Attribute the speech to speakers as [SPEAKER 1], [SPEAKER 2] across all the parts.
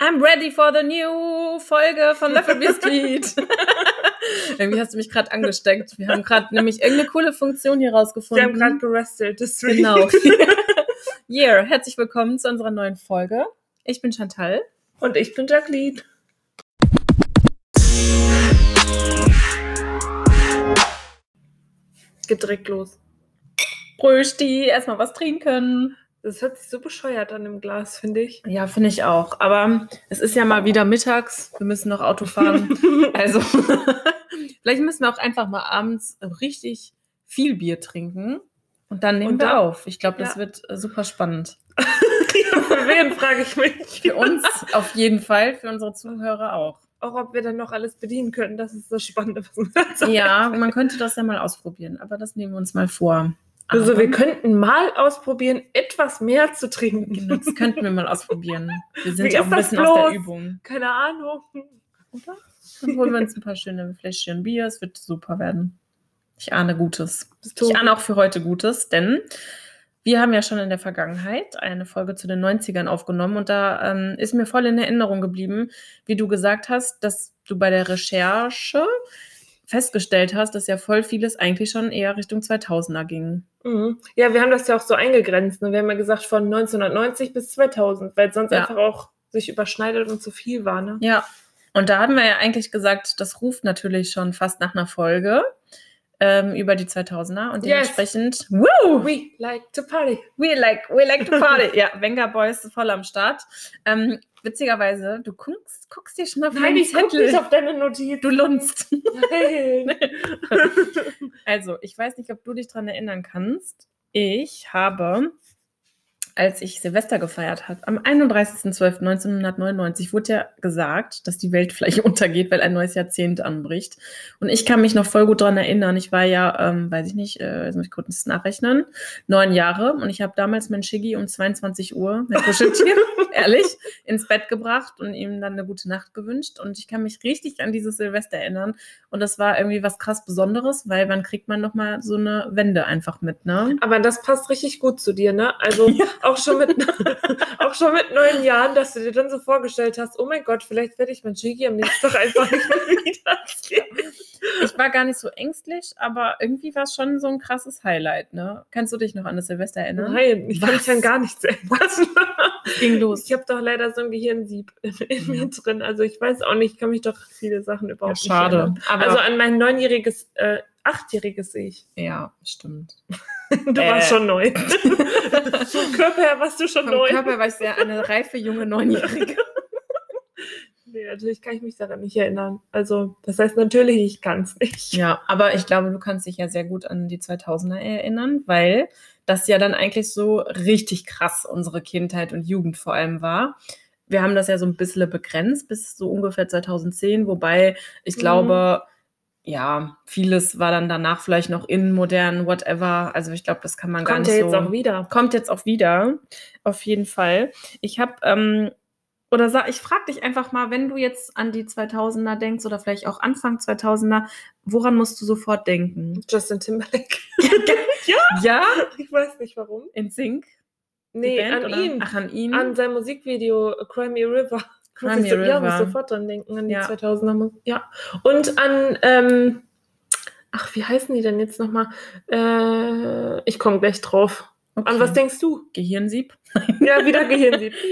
[SPEAKER 1] I'm ready for the new Folge von Löffelby Street. Irgendwie hast du mich gerade angesteckt. Wir haben gerade nämlich irgendeine coole Funktion hier
[SPEAKER 2] Wir
[SPEAKER 1] rausgefunden.
[SPEAKER 2] haben gerade gerastet, deswegen.
[SPEAKER 1] Genau. yeah, herzlich willkommen zu unserer neuen Folge. Ich bin Chantal.
[SPEAKER 2] Und ich bin Jacqueline. Geht direkt los.
[SPEAKER 1] Brösti, erstmal was trinken.
[SPEAKER 2] Das hört sich so bescheuert an im Glas, finde ich.
[SPEAKER 1] Ja, finde ich auch. Aber es ist ja mal wieder mittags. Wir müssen noch Auto fahren. also, vielleicht müssen wir auch einfach mal abends richtig viel Bier trinken. Und dann nehmen
[SPEAKER 2] Und
[SPEAKER 1] wir
[SPEAKER 2] dann-
[SPEAKER 1] auf. Ich glaube, das
[SPEAKER 2] Ja.
[SPEAKER 1] wird äh, super spannend.
[SPEAKER 2] Für wen, frage ich mich.
[SPEAKER 1] Für uns auf jeden Fall, für unsere Zuhörer auch.
[SPEAKER 2] Auch ob wir dann noch alles bedienen können, das ist das Spannende. Was man sagt.
[SPEAKER 1] Ja, man könnte das ja mal ausprobieren, aber das nehmen wir uns mal vor.
[SPEAKER 2] Also
[SPEAKER 1] Aber-
[SPEAKER 2] wir könnten mal ausprobieren, etwas mehr zu trinken.
[SPEAKER 1] Genau, das könnten wir mal ausprobieren. Wir sind
[SPEAKER 2] Wie
[SPEAKER 1] ja auch
[SPEAKER 2] ist
[SPEAKER 1] ein
[SPEAKER 2] das
[SPEAKER 1] bisschen aus
[SPEAKER 2] bloß?
[SPEAKER 1] der Übung.
[SPEAKER 2] Keine Ahnung.
[SPEAKER 1] Oder? Dann holen wir uns ein paar schöne Fläschchen Bier. Es wird super werden. Ich ahne Gutes.
[SPEAKER 2] Bist
[SPEAKER 1] Ich ahne auch für heute Gutes, denn wir haben ja schon in der Vergangenheit eine Folge zu den 90ern aufgenommen und da ähm, ist mir voll in Erinnerung geblieben, wie du gesagt hast, dass du bei der Recherche festgestellt hast, dass ja voll vieles eigentlich schon eher Richtung 2000er ging.
[SPEAKER 2] Mhm. Ja, wir haben das ja auch so eingegrenzt. Ne? Wir haben ja gesagt von 1990 bis 2000, weil es sonst
[SPEAKER 1] Ja.
[SPEAKER 2] einfach auch sich überschneidet und zu viel war. Ne?
[SPEAKER 1] Ja, und da hatten wir ja eigentlich gesagt, das ruft natürlich schon fast nach einer Folge ähm, über die 2000er und
[SPEAKER 2] Yes.
[SPEAKER 1] dementsprechend, woo,
[SPEAKER 2] We like to party.
[SPEAKER 1] we like, we like to party. ja, Venga Boys voll am Start. Ähm, witzigerweise, du guckst, guckst dir schon auf
[SPEAKER 2] Nein,
[SPEAKER 1] deinen
[SPEAKER 2] ich guck
[SPEAKER 1] Zettel.
[SPEAKER 2] nicht auf deine Notiz.
[SPEAKER 1] du lunzt.
[SPEAKER 2] Nein.
[SPEAKER 1] Also, ich weiß nicht, ob du dich daran erinnern kannst. Ich habe, als ich Silvester gefeiert habe, am 31.12.1999 wurde ja gesagt, dass die Welt vielleicht untergeht, weil ein neues Jahrzehnt anbricht. Und ich kann mich noch voll gut daran erinnern. Ich war ja, ähm, weiß ich nicht, äh, jetzt muss ich kurz nachrechnen, neun Jahre. Und ich habe damals meinen Shiggy um 22 Uhr, mein Kuscheltier, ehrlich, ins Bett gebracht und ihm dann eine gute Nacht gewünscht. Und ich kann mich richtig an dieses Silvester erinnern. Und das war irgendwie was krass Besonderes, weil wann kriegt man nochmal so eine Wende einfach mit, ne?
[SPEAKER 2] Aber das passt richtig gut zu dir, ne? Also auch, schon mit, auch schon mit neun Jahren, dass du dir dann so vorgestellt hast, oh mein Gott, vielleicht werde ich mein Shigi am nächsten Tag einfach nicht mehr wiedersehen.
[SPEAKER 1] Ich war gar nicht so ängstlich, aber irgendwie war es schon so ein krasses Highlight, ne? Kannst du dich noch an das Silvester erinnern?
[SPEAKER 2] Nein, ich kann mich
[SPEAKER 1] Was?
[SPEAKER 2] an gar nichts erinnern.
[SPEAKER 1] Es ging los.
[SPEAKER 2] Ich habe doch leider so ein Gehirnsieb in mir drin. Also ich weiß auch nicht, ich kann mich doch an viele Sachen
[SPEAKER 1] Ja,
[SPEAKER 2] überhaupt nicht
[SPEAKER 1] schade.
[SPEAKER 2] erinnern.
[SPEAKER 1] Aber,
[SPEAKER 2] Also an mein neunjähriges, äh, achtjähriges Ich.
[SPEAKER 1] ja, stimmt.
[SPEAKER 2] Du
[SPEAKER 1] Äh.
[SPEAKER 2] warst schon neun. Vom Körper her warst du schon
[SPEAKER 1] Vom
[SPEAKER 2] neun.
[SPEAKER 1] Körper war ich sehr eine reife junge Neunjährige.
[SPEAKER 2] Nee, natürlich kann ich mich daran nicht erinnern. Also das heißt natürlich, ich kann es nicht.
[SPEAKER 1] Ja, aber ich glaube, du kannst dich ja sehr gut an die 2000er erinnern, weil das ja dann eigentlich so richtig krass unsere Kindheit und Jugend vor allem war. Wir haben das ja so ein bisschen begrenzt bis so ungefähr 2010, wobei ich
[SPEAKER 2] Mhm.
[SPEAKER 1] glaube, ja, vieles war dann danach vielleicht noch in modern, whatever. Also ich glaube, das kann man gar
[SPEAKER 2] Kommt ja
[SPEAKER 1] nicht
[SPEAKER 2] jetzt
[SPEAKER 1] so
[SPEAKER 2] auch wieder.
[SPEAKER 1] kommt jetzt auch wieder, auf jeden Fall. Ich habe, ähm, oder sa ich frage dich einfach mal, wenn du jetzt an die 2000er denkst oder vielleicht auch Anfang 2000er, woran musst du sofort denken?
[SPEAKER 2] Justin Timberlake.
[SPEAKER 1] Ja?
[SPEAKER 2] Ich weiß nicht warum.
[SPEAKER 1] In Sync? Die
[SPEAKER 2] Nee,
[SPEAKER 1] Band,
[SPEAKER 2] an
[SPEAKER 1] oder?
[SPEAKER 2] ihn.
[SPEAKER 1] Ach, an ihn?
[SPEAKER 2] An sein Musikvideo äh, Crimey River.
[SPEAKER 1] Cry Me
[SPEAKER 2] Muss ich so, Ja,
[SPEAKER 1] River.
[SPEAKER 2] muss sofort dran denken, an die
[SPEAKER 1] Ja.
[SPEAKER 2] 2000er. Musik. Ja. Und an, ähm, ach, wie heißen die denn jetzt nochmal? Äh, ich komme gleich drauf.
[SPEAKER 1] okay.
[SPEAKER 2] An was denkst du?
[SPEAKER 1] Gehirnsieb?
[SPEAKER 2] Ja, wieder Gehirnsieb.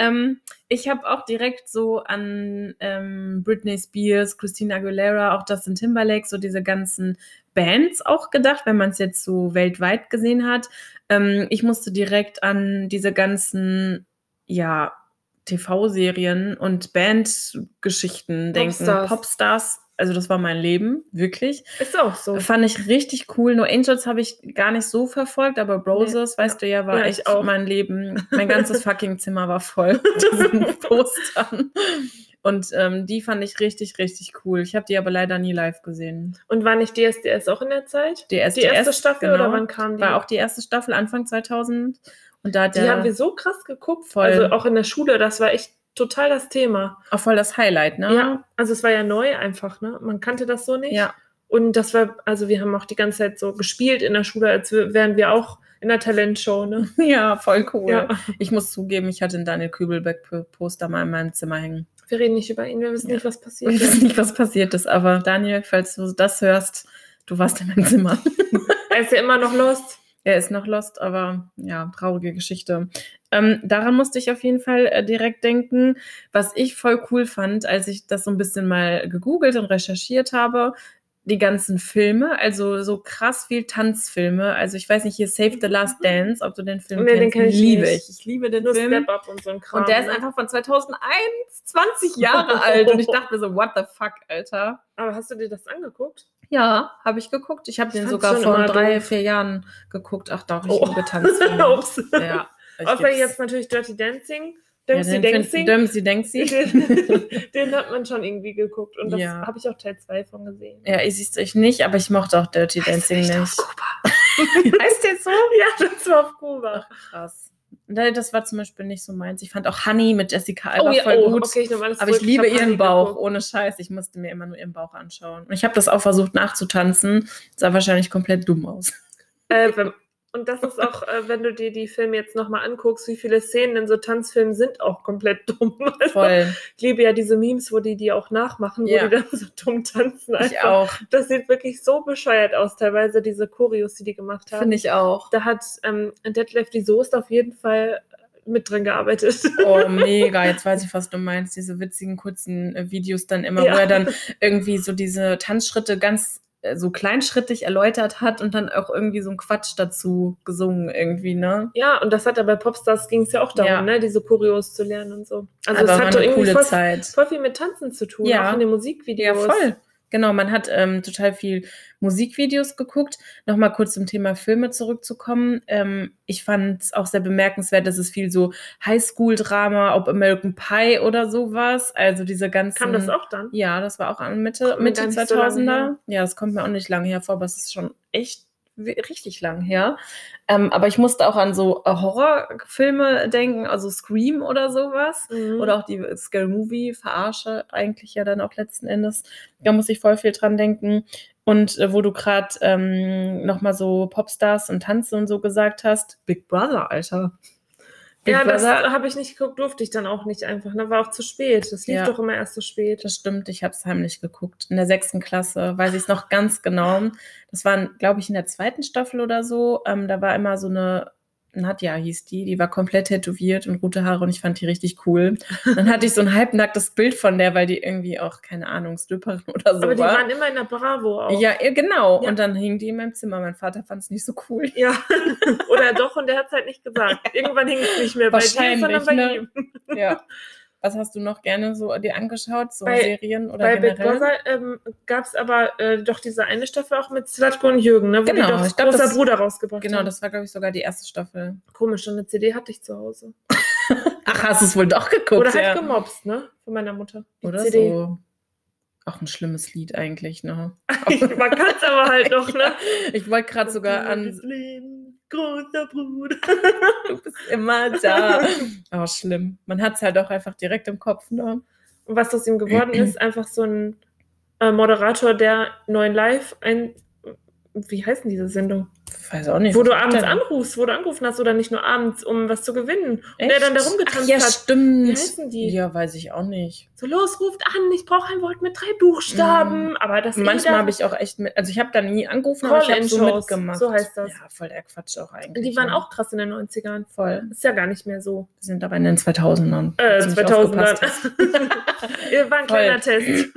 [SPEAKER 2] Hm.
[SPEAKER 1] Ähm, ich habe auch direkt so an ähm, Britney Spears, Christina Aguilera, auch Justin Timberlake, so diese ganzen Bands auch gedacht, wenn man es jetzt so weltweit gesehen hat. Ähm, ich musste direkt an diese ganzen, ja, TV-Serien und Bandgeschichten denken.
[SPEAKER 2] Popstars.
[SPEAKER 1] Popstars. Also das war mein Leben, wirklich.
[SPEAKER 2] Ist auch so.
[SPEAKER 1] Äh, Fand ich richtig cool. No Angels habe ich gar nicht so verfolgt, aber Broses, weißt du ja, war
[SPEAKER 2] Ja, ich
[SPEAKER 1] echt
[SPEAKER 2] auch.
[SPEAKER 1] mein Leben. Mein ganzes fucking Zimmer war voll mit diesen Postern. Und ähm, die fand ich richtig, richtig cool. Ich habe die aber leider nie live gesehen.
[SPEAKER 2] Und war nicht DSDS auch in der Zeit?
[SPEAKER 1] Die,
[SPEAKER 2] Die erste Staffel oder wann kam die?
[SPEAKER 1] genau. War auch die erste Staffel Anfang 2000. Und da hat
[SPEAKER 2] die haben
[SPEAKER 1] ja
[SPEAKER 2] wir so krass geguckt.
[SPEAKER 1] Voll.
[SPEAKER 2] Also auch in der Schule, das war echt total das Thema.
[SPEAKER 1] auch voll das Highlight, ne?
[SPEAKER 2] Ja, also es war ja neu einfach, ne? Man kannte das so nicht.
[SPEAKER 1] Ja,
[SPEAKER 2] Und das war, also wir haben auch die ganze Zeit so gespielt in der Schule, als wär- wären wir auch in der Talentshow, ne?
[SPEAKER 1] Ja, voll cool.
[SPEAKER 2] Ja.
[SPEAKER 1] Ich muss zugeben, ich hatte einen Daniel Kübelbeck-Poster mal in meinem Zimmer hängen.
[SPEAKER 2] Wir reden nicht über ihn, wir wissen
[SPEAKER 1] Ja.
[SPEAKER 2] nicht, was
[SPEAKER 1] Ich
[SPEAKER 2] passiert
[SPEAKER 1] weiß
[SPEAKER 2] ist.
[SPEAKER 1] nicht, was passiert ist, aber Daniel, falls du das hörst, du warst in meinem Zimmer.
[SPEAKER 2] Er ist ja immer noch lost.
[SPEAKER 1] Er ist noch lost, aber ja, traurige Geschichte. Ähm, daran musste ich auf jeden Fall äh, direkt denken. Was ich voll cool fand, als ich das so ein bisschen mal gegoogelt und recherchiert habe, die ganzen Filme, also so krass viel Tanzfilme. Also ich weiß nicht, hier Save the Last Dance, ob du den Film
[SPEAKER 2] Mhm. Nee, den
[SPEAKER 1] kennst.
[SPEAKER 2] kenn ich
[SPEAKER 1] liebe
[SPEAKER 2] nicht.
[SPEAKER 1] ich. Ich liebe den
[SPEAKER 2] Nur
[SPEAKER 1] Film.
[SPEAKER 2] Step Up und so ein Kram.
[SPEAKER 1] Und der ist
[SPEAKER 2] ne?
[SPEAKER 1] einfach von 2001, 20 Jahre alt. Und ich dachte mir so, what the fuck, Alter.
[SPEAKER 2] Aber hast du dir das angeguckt?
[SPEAKER 1] Ja, habe ich geguckt. Ich habe den
[SPEAKER 2] fand's
[SPEAKER 1] sogar
[SPEAKER 2] schon
[SPEAKER 1] vor
[SPEAKER 2] immer
[SPEAKER 1] drei,
[SPEAKER 2] doof.
[SPEAKER 1] vier Jahren geguckt. Ach doch, ich
[SPEAKER 2] Oh.
[SPEAKER 1] liebe Tanzfilme.
[SPEAKER 2] Ups.
[SPEAKER 1] ja.
[SPEAKER 2] Außer jetzt natürlich Dirty Dancing, Dempsey
[SPEAKER 1] ja,
[SPEAKER 2] Dancing.
[SPEAKER 1] Dömsi Dengsi.
[SPEAKER 2] den, den hat man schon irgendwie geguckt und das
[SPEAKER 1] Ja.
[SPEAKER 2] habe ich auch Teil 2 von gesehen.
[SPEAKER 1] ja, ihr siehst euch nicht, aber ich mochte auch Dirty Dancing nicht. heißt der so?
[SPEAKER 2] Ja, das war auf Kuba.
[SPEAKER 1] Krass. Nee, Das war zum Beispiel nicht so meins. Ich fand auch Honey mit Jessica Alba voll gut.
[SPEAKER 2] Oh, okay, ich nehme alles
[SPEAKER 1] Aber ich
[SPEAKER 2] zurück.
[SPEAKER 1] liebe
[SPEAKER 2] hab
[SPEAKER 1] ihren
[SPEAKER 2] Honey
[SPEAKER 1] Bauch,
[SPEAKER 2] geguckt.
[SPEAKER 1] ohne Scheiß. Ich musste mir immer nur ihren Bauch anschauen. Und ich habe das auch versucht nachzutanzen, sah wahrscheinlich komplett dumm aus.
[SPEAKER 2] Äh, wenn, und das ist auch, äh, wenn du dir die Filme jetzt nochmal anguckst, wie viele Szenen in so Tanzfilmen sind auch komplett dumm. Also,
[SPEAKER 1] Voll.
[SPEAKER 2] Ich liebe ja diese Memes, wo die die auch nachmachen, wo
[SPEAKER 1] Ja.
[SPEAKER 2] die dann so dumm tanzen.
[SPEAKER 1] Ich
[SPEAKER 2] einfach.
[SPEAKER 1] auch.
[SPEAKER 2] Das sieht wirklich so bescheuert aus, teilweise diese Choreos, die die gemacht haben.
[SPEAKER 1] Finde ich auch.
[SPEAKER 2] Da hat ähm, Detlef die Soest auf jeden Fall äh, mit dran gearbeitet.
[SPEAKER 1] Oh, mega. Jetzt weiß ich, was du meinst. Diese witzigen, kurzen äh, Videos dann immer,
[SPEAKER 2] Ja.
[SPEAKER 1] wo er dann irgendwie so diese Tanzschritte ganz äh, so kleinschrittig erläutert hat und dann auch irgendwie so einen Quatsch dazu gesungen irgendwie, ne?
[SPEAKER 2] Ja, und das hat er bei Popstars ging es ja auch darum,
[SPEAKER 1] Ja.
[SPEAKER 2] ne, diese Choreos zu lernen und so.
[SPEAKER 1] Aber
[SPEAKER 2] Also es
[SPEAKER 1] war
[SPEAKER 2] hat doch
[SPEAKER 1] eine
[SPEAKER 2] irgendwie
[SPEAKER 1] coole
[SPEAKER 2] voll,
[SPEAKER 1] Zeit.
[SPEAKER 2] voll viel mit Tanzen zu tun,
[SPEAKER 1] Ja.
[SPEAKER 2] auch in den
[SPEAKER 1] Ja,
[SPEAKER 2] Musikvideos.
[SPEAKER 1] voll. Genau, man hat ähm, total viel Musikvideos geguckt. Nochmal kurz zum Thema Filme zurückzukommen. Ähm, ich fand es auch sehr bemerkenswert, dass es viel so Highschool-Drama, ob American Pie oder sowas. Also diese ganzen.
[SPEAKER 2] Kam das auch dann?
[SPEAKER 1] Ja, das war auch an Mitte,
[SPEAKER 2] Kommt mir
[SPEAKER 1] Mitte
[SPEAKER 2] gar nicht so
[SPEAKER 1] 2000er.
[SPEAKER 2] lange
[SPEAKER 1] ja, das kommt mir auch nicht lange hervor, aber es ist schon echt wi- richtig lang her. Ähm, aber ich musste auch an so äh, Horrorfilme denken, also Scream oder sowas
[SPEAKER 2] Mhm.
[SPEAKER 1] oder auch die Scary Movie verarsche eigentlich ja dann auch letzten Endes. Da muss ich voll viel dran denken. Und äh, wo du gerade ähm, nochmal so Popstars und Tanze und so gesagt hast, Big Brother, Alter. Big
[SPEAKER 2] ja, das
[SPEAKER 1] Brother,
[SPEAKER 2] habe ich nicht geguckt, durfte ich dann auch nicht einfach. Ne? War auch zu spät. Das lief
[SPEAKER 1] Ja.
[SPEAKER 2] doch immer erst so spät.
[SPEAKER 1] das stimmt, ich habe es heimlich geguckt. In der sechsten Klasse weiß ich es noch ganz genau. Das war, glaube ich, in der zweiten Staffel oder so. Ähm, da war immer so eine. Nadja hieß die, die war komplett tätowiert und rote Haare und ich fand die richtig cool. Dann hatte ich so ein halbnacktes Bild von der, weil die irgendwie auch, keine Ahnung, Stripperin oder so
[SPEAKER 2] Aber die
[SPEAKER 1] war.
[SPEAKER 2] waren immer in der Bravo auch.
[SPEAKER 1] Ja, ja, genau.
[SPEAKER 2] Ja.
[SPEAKER 1] Und dann hing die in meinem Zimmer. Mein Vater fand es nicht so cool.
[SPEAKER 2] Ja. oder doch, und der hat es halt nicht gesagt. Irgendwann hing es nicht mehr bei dir,
[SPEAKER 1] Wahrscheinlich,
[SPEAKER 2] sondern bei
[SPEAKER 1] ne?
[SPEAKER 2] ihm.
[SPEAKER 1] Ja. Was hast du noch gerne so dir angeschaut? So
[SPEAKER 2] Bei-
[SPEAKER 1] Serien oder
[SPEAKER 2] Bei
[SPEAKER 1] generell?
[SPEAKER 2] Big Brother ähm, gab es aber äh, doch diese eine Staffel auch mit Slatko und Jürgen, ne? wo
[SPEAKER 1] Genau,
[SPEAKER 2] die doch
[SPEAKER 1] ich glaub,
[SPEAKER 2] großer
[SPEAKER 1] das-
[SPEAKER 2] Bruder rausgebracht
[SPEAKER 1] Genau,
[SPEAKER 2] haben.
[SPEAKER 1] das war, glaube ich, sogar die erste Staffel.
[SPEAKER 2] Komisch, so eine CD hatte ich zu Hause.
[SPEAKER 1] Ach, hast du es wohl doch geguckt?
[SPEAKER 2] Oder halt
[SPEAKER 1] ja.
[SPEAKER 2] gemobst, ne? Von meiner Mutter. Die
[SPEAKER 1] Oder
[SPEAKER 2] CD.
[SPEAKER 1] so. Auch ein schlimmes Lied eigentlich, ne?
[SPEAKER 2] Man kann es aber halt noch, ne?
[SPEAKER 1] Ich wollte gerade sogar an.
[SPEAKER 2] Gutes Leben, großer Bruder.
[SPEAKER 1] Du bist immer da. Oh, schlimm. Man hat es halt auch einfach direkt im Kopf, ne?
[SPEAKER 2] Und was aus ihm geworden ist, einfach so ein äh, Moderator der neuen Live, ein. Wie heißen diese Sendung?
[SPEAKER 1] Weiß auch nicht.
[SPEAKER 2] Wo du
[SPEAKER 1] was
[SPEAKER 2] abends
[SPEAKER 1] denn?
[SPEAKER 2] anrufst, wo du angerufen hast oder nicht nur abends, um was zu gewinnen. Und der
[SPEAKER 1] Echt?
[SPEAKER 2] dann da rumgetanzt
[SPEAKER 1] Ach, ja,
[SPEAKER 2] hat. Wie
[SPEAKER 1] stimmt.
[SPEAKER 2] heißen die?
[SPEAKER 1] Ja, weiß ich auch nicht.
[SPEAKER 2] So, los, ruft an, ich brauche ein Wort mit drei Buchstaben. Aber das
[SPEAKER 1] Manchmal
[SPEAKER 2] eh
[SPEAKER 1] habe ich auch echt mit, also ich habe da nie angerufen, aber ich habe so
[SPEAKER 2] Call-in-Shows,
[SPEAKER 1] mitgemacht.
[SPEAKER 2] so heißt das.
[SPEAKER 1] Ja, voll der Quatsch auch eigentlich.
[SPEAKER 2] Die waren
[SPEAKER 1] ne?
[SPEAKER 2] auch krass in den 90ern.
[SPEAKER 1] voll.
[SPEAKER 2] Ist ja gar nicht mehr so.
[SPEAKER 1] Wir sind aber in den 2000ern.
[SPEAKER 2] Äh,
[SPEAKER 1] falls du nicht
[SPEAKER 2] 2000
[SPEAKER 1] aufgepasst hast.
[SPEAKER 2] Ihr war ein kleiner Test.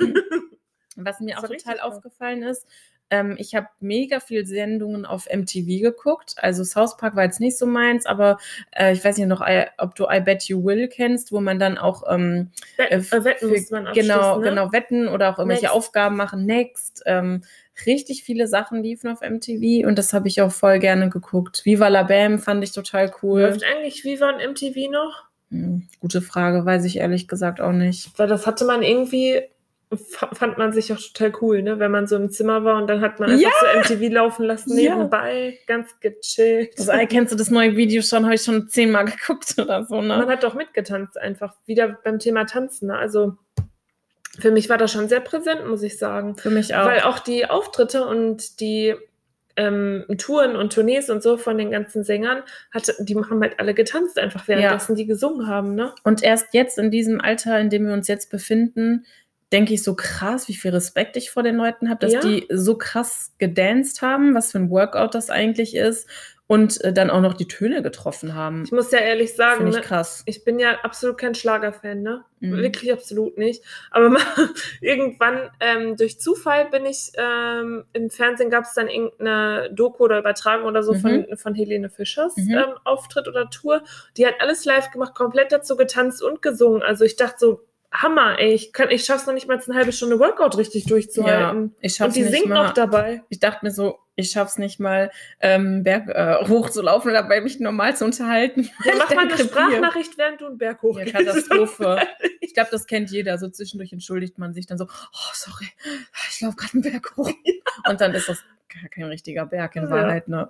[SPEAKER 1] Was mir auch
[SPEAKER 2] Das
[SPEAKER 1] total
[SPEAKER 2] war richtig krass.
[SPEAKER 1] aufgefallen ist, ähm, ich habe mega viel Sendungen auf MTV geguckt. Also South Park war jetzt nicht so meins, aber äh, ich weiß nicht noch, I, ob du I Bet You Will kennst, wo man dann auch ähm,
[SPEAKER 2] Wett-
[SPEAKER 1] Äh,
[SPEAKER 2] äh, Wetten
[SPEAKER 1] für-
[SPEAKER 2] musste man abschließen,
[SPEAKER 1] genau,
[SPEAKER 2] ne?
[SPEAKER 1] genau wetten oder auch irgendwelche
[SPEAKER 2] Next.
[SPEAKER 1] Aufgaben machen. Next. Ähm, richtig viele Sachen liefen auf MTV und das habe ich auch voll gerne geguckt. Viva la Bam fand ich total cool.
[SPEAKER 2] Läuft eigentlich Viva und MTV noch?
[SPEAKER 1] Hm, gute Frage, weiß ich ehrlich gesagt auch nicht.
[SPEAKER 2] Weil das hatte man irgendwie, fa- fand man sich auch total cool, ne? Wenn man so im Zimmer war und dann hat man einfach so MTV laufen lassen
[SPEAKER 1] Ja.
[SPEAKER 2] nebenbei, ganz gechillt.
[SPEAKER 1] Das, äh, kennst du das neue Video schon? Habe ich schon zehnmal geguckt oder so,
[SPEAKER 2] Man
[SPEAKER 1] ne?
[SPEAKER 2] hat auch mitgetanzt, einfach wieder beim Thema Tanzen. Ne? Also für mich war das schon sehr präsent, muss ich sagen.
[SPEAKER 1] Für mich auch.
[SPEAKER 2] Weil auch die Auftritte und die ähm, Touren und Tournees und so von den ganzen Sängern, hatte, die haben halt alle getanzt, einfach währenddessen die gesungen haben, ne?
[SPEAKER 1] Und erst jetzt in diesem Alter, in dem wir uns jetzt befinden, denke ich so krass, wie viel Respekt ich vor den Leuten habe, dass
[SPEAKER 2] Ja.
[SPEAKER 1] die so krass gedanced haben, was für ein Workout das eigentlich ist und äh, dann auch noch die Töne getroffen haben.
[SPEAKER 2] Ich muss ja ehrlich sagen,
[SPEAKER 1] Finde
[SPEAKER 2] ne?
[SPEAKER 1] ich krass.
[SPEAKER 2] ich bin ja absolut kein Schlagerfan, ne?
[SPEAKER 1] Mhm.
[SPEAKER 2] Wirklich absolut nicht. Aber mal, irgendwann ähm, durch Zufall bin ich ähm, im Fernsehen gab es dann irgendeine Doku oder Übertragung oder so von, von Helene Fischers
[SPEAKER 1] Mhm.
[SPEAKER 2] ähm, Auftritt oder Tour. Die hat alles live gemacht, komplett dazu getanzt und gesungen. Also ich dachte so, Hammer, ey, ich, kann, ich schaff's noch nicht mal eine halbe Stunde Workout richtig durchzuhalten.
[SPEAKER 1] ich
[SPEAKER 2] und
[SPEAKER 1] schaff's
[SPEAKER 2] die
[SPEAKER 1] nicht
[SPEAKER 2] singt
[SPEAKER 1] mal.
[SPEAKER 2] noch dabei.
[SPEAKER 1] ich dachte mir so, ich schaff's nicht mal, ähm, Berg äh, hochzulaufen oder bei mich normal zu unterhalten.
[SPEAKER 2] Ja, mach mal eine
[SPEAKER 1] Krepier.
[SPEAKER 2] Sprachnachricht, während du einen Berg
[SPEAKER 1] Ja,
[SPEAKER 2] hochgehst.
[SPEAKER 1] Katastrophe. Ich glaube, das kennt jeder. So zwischendurch entschuldigt man sich dann so, oh, sorry, ich laufe gerade einen Berg hoch. Und dann ist das gar kein richtiger Berg in
[SPEAKER 2] Ja.
[SPEAKER 1] Wahrheit, ne?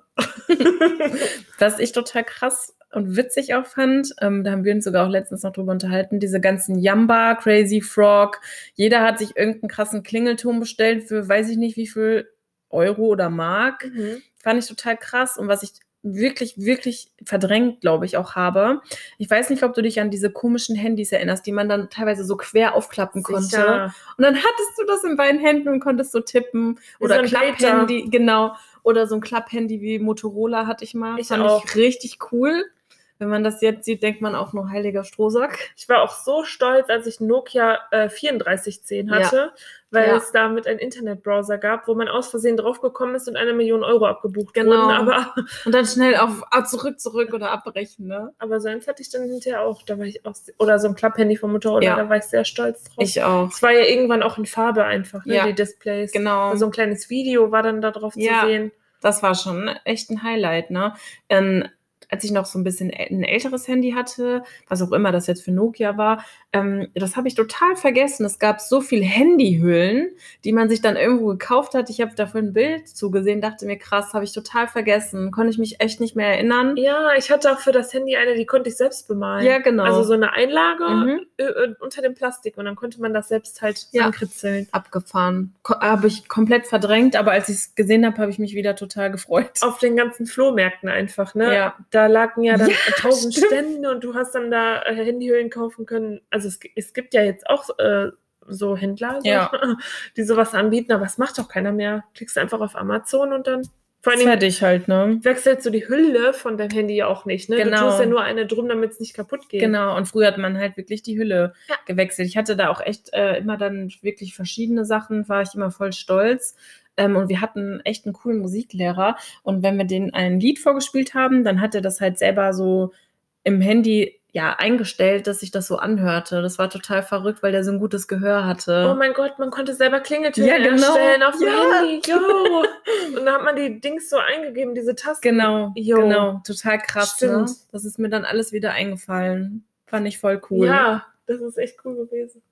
[SPEAKER 1] Was ich total krass und witzig auch fand, ähm, da haben wir uns sogar auch letztens noch drüber unterhalten, diese ganzen Yamba, Crazy Frog, jeder hat sich irgendeinen krassen Klingelton bestellt für weiß ich nicht wie viel Euro oder Mark.
[SPEAKER 2] Mhm.
[SPEAKER 1] Fand ich total krass und was ich wirklich, wirklich verdrängt, glaube ich, auch habe. Ich weiß nicht, ob du dich an diese komischen Handys erinnerst, die man dann teilweise so quer aufklappen konnte.
[SPEAKER 2] Sicher.
[SPEAKER 1] Und dann hattest du das in beiden Händen und konntest so tippen.
[SPEAKER 2] Wie
[SPEAKER 1] Oder
[SPEAKER 2] so ein
[SPEAKER 1] Klapphandy, genau. Oder so ein Klapphandy wie Motorola hatte ich mal.
[SPEAKER 2] Ich
[SPEAKER 1] Fand
[SPEAKER 2] auch.
[SPEAKER 1] ich richtig cool. Wenn man das jetzt sieht, denkt man auch nur heiliger Strohsack.
[SPEAKER 2] Ich war auch so stolz, als ich Nokia äh, 3410 hatte, weil
[SPEAKER 1] Ja.
[SPEAKER 2] es damit einen Internetbrowser gab, wo man aus Versehen draufgekommen ist und eine Million Euro abgebucht
[SPEAKER 1] Genau.
[SPEAKER 2] wurden. Aber,
[SPEAKER 1] Und dann schnell auf ah, zurück, zurück oder abbrechen, ne?
[SPEAKER 2] aber so eins hatte ich dann hinterher auch. Da war ich auch se- oder so ein Klapphandy vom Motorola,
[SPEAKER 1] Ja.
[SPEAKER 2] da war ich sehr stolz drauf.
[SPEAKER 1] Ich auch.
[SPEAKER 2] es war ja irgendwann auch in Farbe einfach, ne,
[SPEAKER 1] Ja.
[SPEAKER 2] die Displays.
[SPEAKER 1] Genau.
[SPEAKER 2] So ein kleines Video war dann da drauf
[SPEAKER 1] Ja.
[SPEAKER 2] zu sehen.
[SPEAKER 1] Das war schon echt ein Highlight, ne? Ähm, als ich noch so ein bisschen äl- ein älteres Handy hatte, was auch immer das jetzt für Nokia war, ähm, das habe ich total vergessen. Es gab so viel Handyhüllen, die man sich dann irgendwo gekauft hat. Ich habe dafür ein Bild zugesehen, dachte mir, krass, habe ich total vergessen. Konnte ich mich echt nicht mehr erinnern.
[SPEAKER 2] Ja, ich hatte auch für das Handy eine, die konnte ich selbst bemalen.
[SPEAKER 1] genau.
[SPEAKER 2] Also so eine Einlage
[SPEAKER 1] Mhm.
[SPEAKER 2] äh, äh, unter dem Plastik und dann konnte man das selbst halt
[SPEAKER 1] Ja.
[SPEAKER 2] ankritzeln.
[SPEAKER 1] abgefahren. Ko habe ich komplett verdrängt, aber als ich es gesehen habe, habe ich mich wieder total gefreut.
[SPEAKER 2] auf den ganzen Flohmärkten einfach, ne?
[SPEAKER 1] Ja.
[SPEAKER 2] Da lagen ja dann
[SPEAKER 1] Ja,
[SPEAKER 2] tausend
[SPEAKER 1] stimmt.
[SPEAKER 2] Stände und du hast dann da äh, Handyhüllen kaufen können. Also es, gi- es gibt ja jetzt auch äh, so Händler, so,
[SPEAKER 1] Ja.
[SPEAKER 2] die sowas anbieten, aber es macht doch keiner mehr. Klickst einfach auf Amazon und dann vor allem
[SPEAKER 1] Fertig halt, ne?
[SPEAKER 2] wechselst du die Hülle von deinem Handy ja auch nicht, ne?
[SPEAKER 1] Genau.
[SPEAKER 2] Du tust ja nur eine drum, damit es nicht kaputt geht.
[SPEAKER 1] Genau, und früher hat man halt wirklich die Hülle
[SPEAKER 2] Ja.
[SPEAKER 1] gewechselt. Ich hatte da auch echt äh, immer dann wirklich verschiedene Sachen, war ich immer voll stolz. Ähm, und wir hatten echt einen coolen Musiklehrer. Und wenn wir den ein Lied vorgespielt haben, dann hat er das halt selber so im Handy ja eingestellt, dass sich das so anhörte. Das war total verrückt, weil der so ein gutes Gehör
[SPEAKER 2] Oh
[SPEAKER 1] hatte.
[SPEAKER 2] mein Gott, man konnte selber Klingeltöne
[SPEAKER 1] Ja, genau.
[SPEAKER 2] erstellen auf dem
[SPEAKER 1] Ja.
[SPEAKER 2] Handy. Yo. Und dann hat man die Dings so eingegeben, diese Tasten.
[SPEAKER 1] genau,
[SPEAKER 2] Jo.
[SPEAKER 1] genau, total krass. Ne?
[SPEAKER 2] Stimmt.
[SPEAKER 1] Das ist mir dann alles wieder eingefallen. Fand ich voll cool.
[SPEAKER 2] Ja, das ist echt cool gewesen.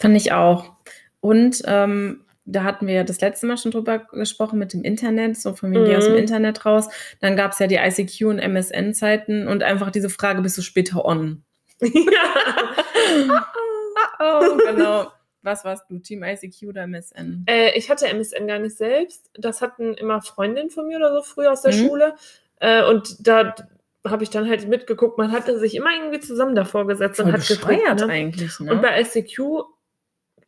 [SPEAKER 1] Fand ich auch. Und ähm, da hatten wir ja das letzte Mal schon drüber gesprochen mit dem Internet, so von wegen geh aus dem
[SPEAKER 2] Mhm.
[SPEAKER 1] Internet raus. Dann gab es ja die ICQ und MSN-Zeiten und einfach diese Frage, bist du später on?
[SPEAKER 2] ja.
[SPEAKER 1] Oh, genau. Was warst du, Team ICQ oder MSN?
[SPEAKER 2] äh, ich hatte MSN gar nicht selbst. Das hatten immer Freundinnen von mir oder so früher aus der
[SPEAKER 1] Mhm.
[SPEAKER 2] Schule. Äh, und da habe ich dann halt mitgeguckt. Man hatte sich immer irgendwie zusammen davor gesetzt
[SPEAKER 1] Voll
[SPEAKER 2] und hat geguckt.
[SPEAKER 1] bescheuert
[SPEAKER 2] Ne?
[SPEAKER 1] eigentlich, ne?
[SPEAKER 2] Und bei LCQ,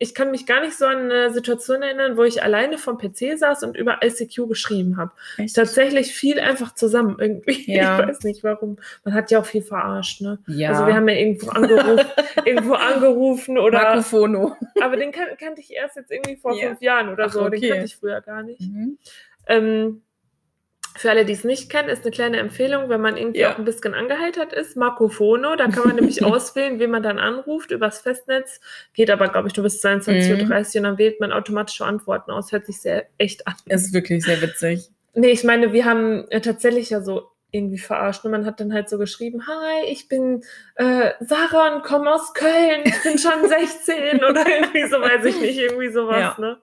[SPEAKER 2] ich kann mich gar nicht so an eine Situation erinnern, wo ich alleine vom PC saß und über LCQ geschrieben habe.
[SPEAKER 1] Echt?
[SPEAKER 2] Tatsächlich viel einfach zusammen irgendwie.
[SPEAKER 1] Ja.
[SPEAKER 2] Ich weiß nicht warum. Man hat ja auch viel verarscht. Ne?
[SPEAKER 1] ja.
[SPEAKER 2] Also wir haben ja irgendwo angerufen, irgendwo angerufen oder
[SPEAKER 1] Marco Fono.
[SPEAKER 2] Aber den kan kannte ich erst jetzt irgendwie vor
[SPEAKER 1] Ja.
[SPEAKER 2] fünf Jahren oder
[SPEAKER 1] Ach,
[SPEAKER 2] so.
[SPEAKER 1] okay.
[SPEAKER 2] Den kannte ich früher gar nicht. Ähm, für alle, die es nicht kennen, ist eine kleine Empfehlung, wenn man irgendwie
[SPEAKER 1] Ja.
[SPEAKER 2] auch ein bisschen angeheitert ist. Marcofono, da kann man nämlich auswählen, wen man dann anruft übers Festnetz. Geht aber, glaube ich, nur bis 22.30
[SPEAKER 1] Mhm.
[SPEAKER 2] Uhr und dann wählt man automatische Antworten aus. Hört sich sehr echt an.
[SPEAKER 1] Ist wirklich sehr witzig.
[SPEAKER 2] Nee, ich meine, wir haben äh, tatsächlich ja so irgendwie verarscht. Und man hat dann halt so geschrieben, hi, ich bin äh, Sarah und komme aus Köln, ich bin schon 16 oder irgendwie so, weiß ich nicht, irgendwie sowas,
[SPEAKER 1] Ja.
[SPEAKER 2] ne?